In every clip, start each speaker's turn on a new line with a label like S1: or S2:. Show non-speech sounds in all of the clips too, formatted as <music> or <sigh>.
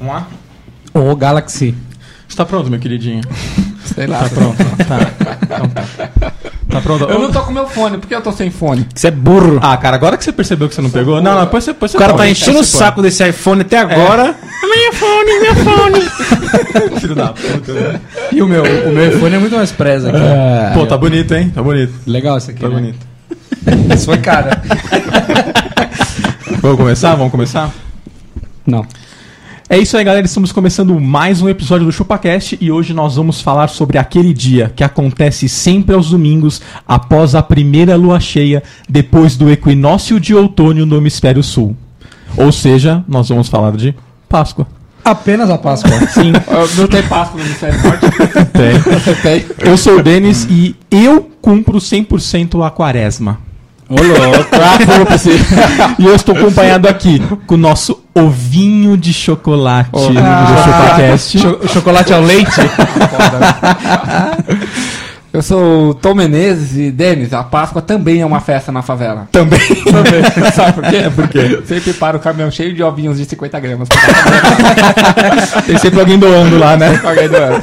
S1: Vamos lá?
S2: Ô, Galaxy.
S1: Está pronto, meu queridinho?
S3: Sei lá.
S2: Tá pronto. Tá. Então tá. Tá pronto.
S3: Eu não tô com meu fone, por que eu tô sem fone?
S2: Você é burro.
S1: Ah, cara, agora que você percebeu que você não pegou. Não, não, depois você. É. Depois
S2: o cara tá enchendo o saco desse iPhone
S1: <laughs>
S2: até agora.
S1: Filho da puta. né?
S2: E o meu? O meu iPhone é muito mais preza aqui.
S1: Pô, tá bonito, hein? Tá bonito.
S2: Legal esse aqui.
S1: Tá
S2: né?
S1: bonito.
S2: <laughs> Esse foi cara.
S1: <laughs> Vamos começar? Vamos começar?
S2: Não.
S1: É isso aí, galera. Estamos começando mais um episódio do ChupaCast e hoje nós vamos falar sobre aquele dia que acontece sempre aos domingos após a primeira lua cheia, depois do equinócio de outono no hemisfério sul. Ou seja, nós vamos falar de Páscoa.
S2: Apenas a Páscoa.
S1: Sim,
S3: <laughs> Eu não tem passo no Ministério Norte.
S1: tem.
S3: Você tem?
S1: Eu sou o Denis e eu cumpro 100% a quaresma.
S3: Ô, louco. Ah, foda-se.
S1: E eu estou acompanhado aqui com o nosso ovinho de chocolate do ChupaCast.
S2: Cho- chocolate ao leite?
S3: né? <laughs> Eu sou o Tom Menezes e Denis, a Páscoa também é uma festa na favela.
S1: Também.
S3: <laughs> Sabe por quê? É
S1: quê?
S3: Sempre para o caminhão cheio de ovinhos de 50 gramas.
S1: Tem sempre alguém doando lá, né?
S3: Alguém doando.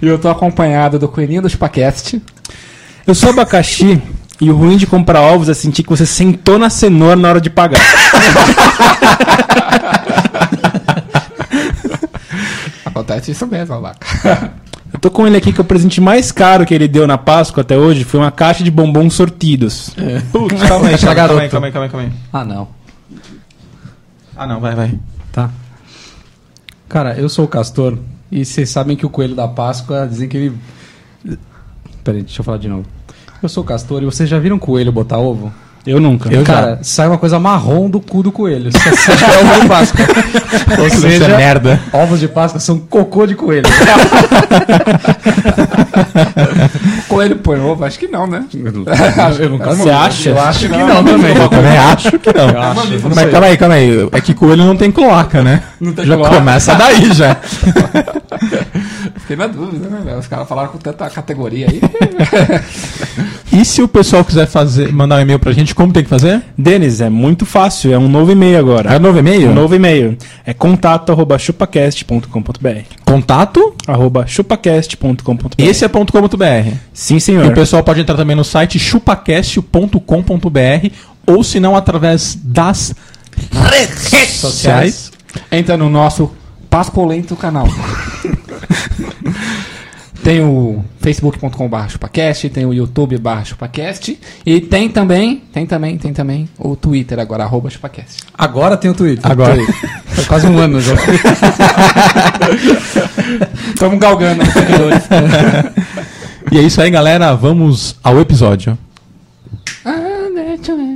S3: E eu tô acompanhado do Coelhinho do Chupacast.
S2: Eu sou abacaxi e o ruim de comprar ovos é sentir que você sentou na cenoura na hora de pagar.
S3: Acontece isso mesmo, vaca.
S2: Eu tô com ele aqui que é o presente mais caro que ele deu na Páscoa até hoje foi uma caixa de bombons sortidos.
S1: Putz, calma aí, calma, calma aí,
S2: Tá garoto.
S1: calma aí, calma aí, calma aí.
S3: Ah, não.
S1: Ah, não, vai, vai.
S2: Tá. Cara, eu sou o Castor e vocês sabem que o coelho da Páscoa dizem que ele. Peraí, deixa eu falar de novo. Eu sou o Castor e vocês já viram coelho botar ovo? Eu nunca.
S1: Eu
S2: Cara, sai uma coisa marrom do cu do coelho. Se você <laughs> achar ovo de Páscoa. Ou
S1: Isso é
S2: seja,
S1: merda.
S2: ovos de Páscoa são cocô de coelho.
S3: Coelho põe ovo? Acho que não, né?
S2: <laughs> Eu nunca Você acha? Eu acho que não
S1: Eu
S2: também.
S1: também acho que não. Mas calma aí, calma aí. É que coelho não tem cloaca, né?
S3: Não tem
S1: já
S3: cloaca.
S1: começa daí, já.
S3: Fiquei na dúvida, né? velho? Os caras falaram com tanta categoria aí.
S1: E se o pessoal quiser fazer, mandar um e-mail pra gente, como tem que fazer?
S4: Denis, é muito fácil, é um novo e-mail agora.
S1: É novo e-mail?
S4: Um novo e-mail. É contato arroba chupacast.com.br
S1: Contato?
S4: arroba chupacast.com.br
S1: Esse é ponto .com.br.
S4: Sim,
S1: E
S4: senhor.
S1: o pessoal pode entrar também no site chupacast.com.br ou se não através das redes sociais.
S3: Entra no nosso Pascolento canal. tem o facebook.com.br chupacast, tem o youtube.br chupacast e tem também, tem também, tem também o Twitter agora, arroba chupacast.
S2: Agora tem o Twitter.
S1: Agora.
S2: Foi quase um ano <laughs> já.
S3: Estamos galgando os seguidores.
S1: E é isso aí, galera. Vamos ao episódio.
S3: Ah, deixa eu ver.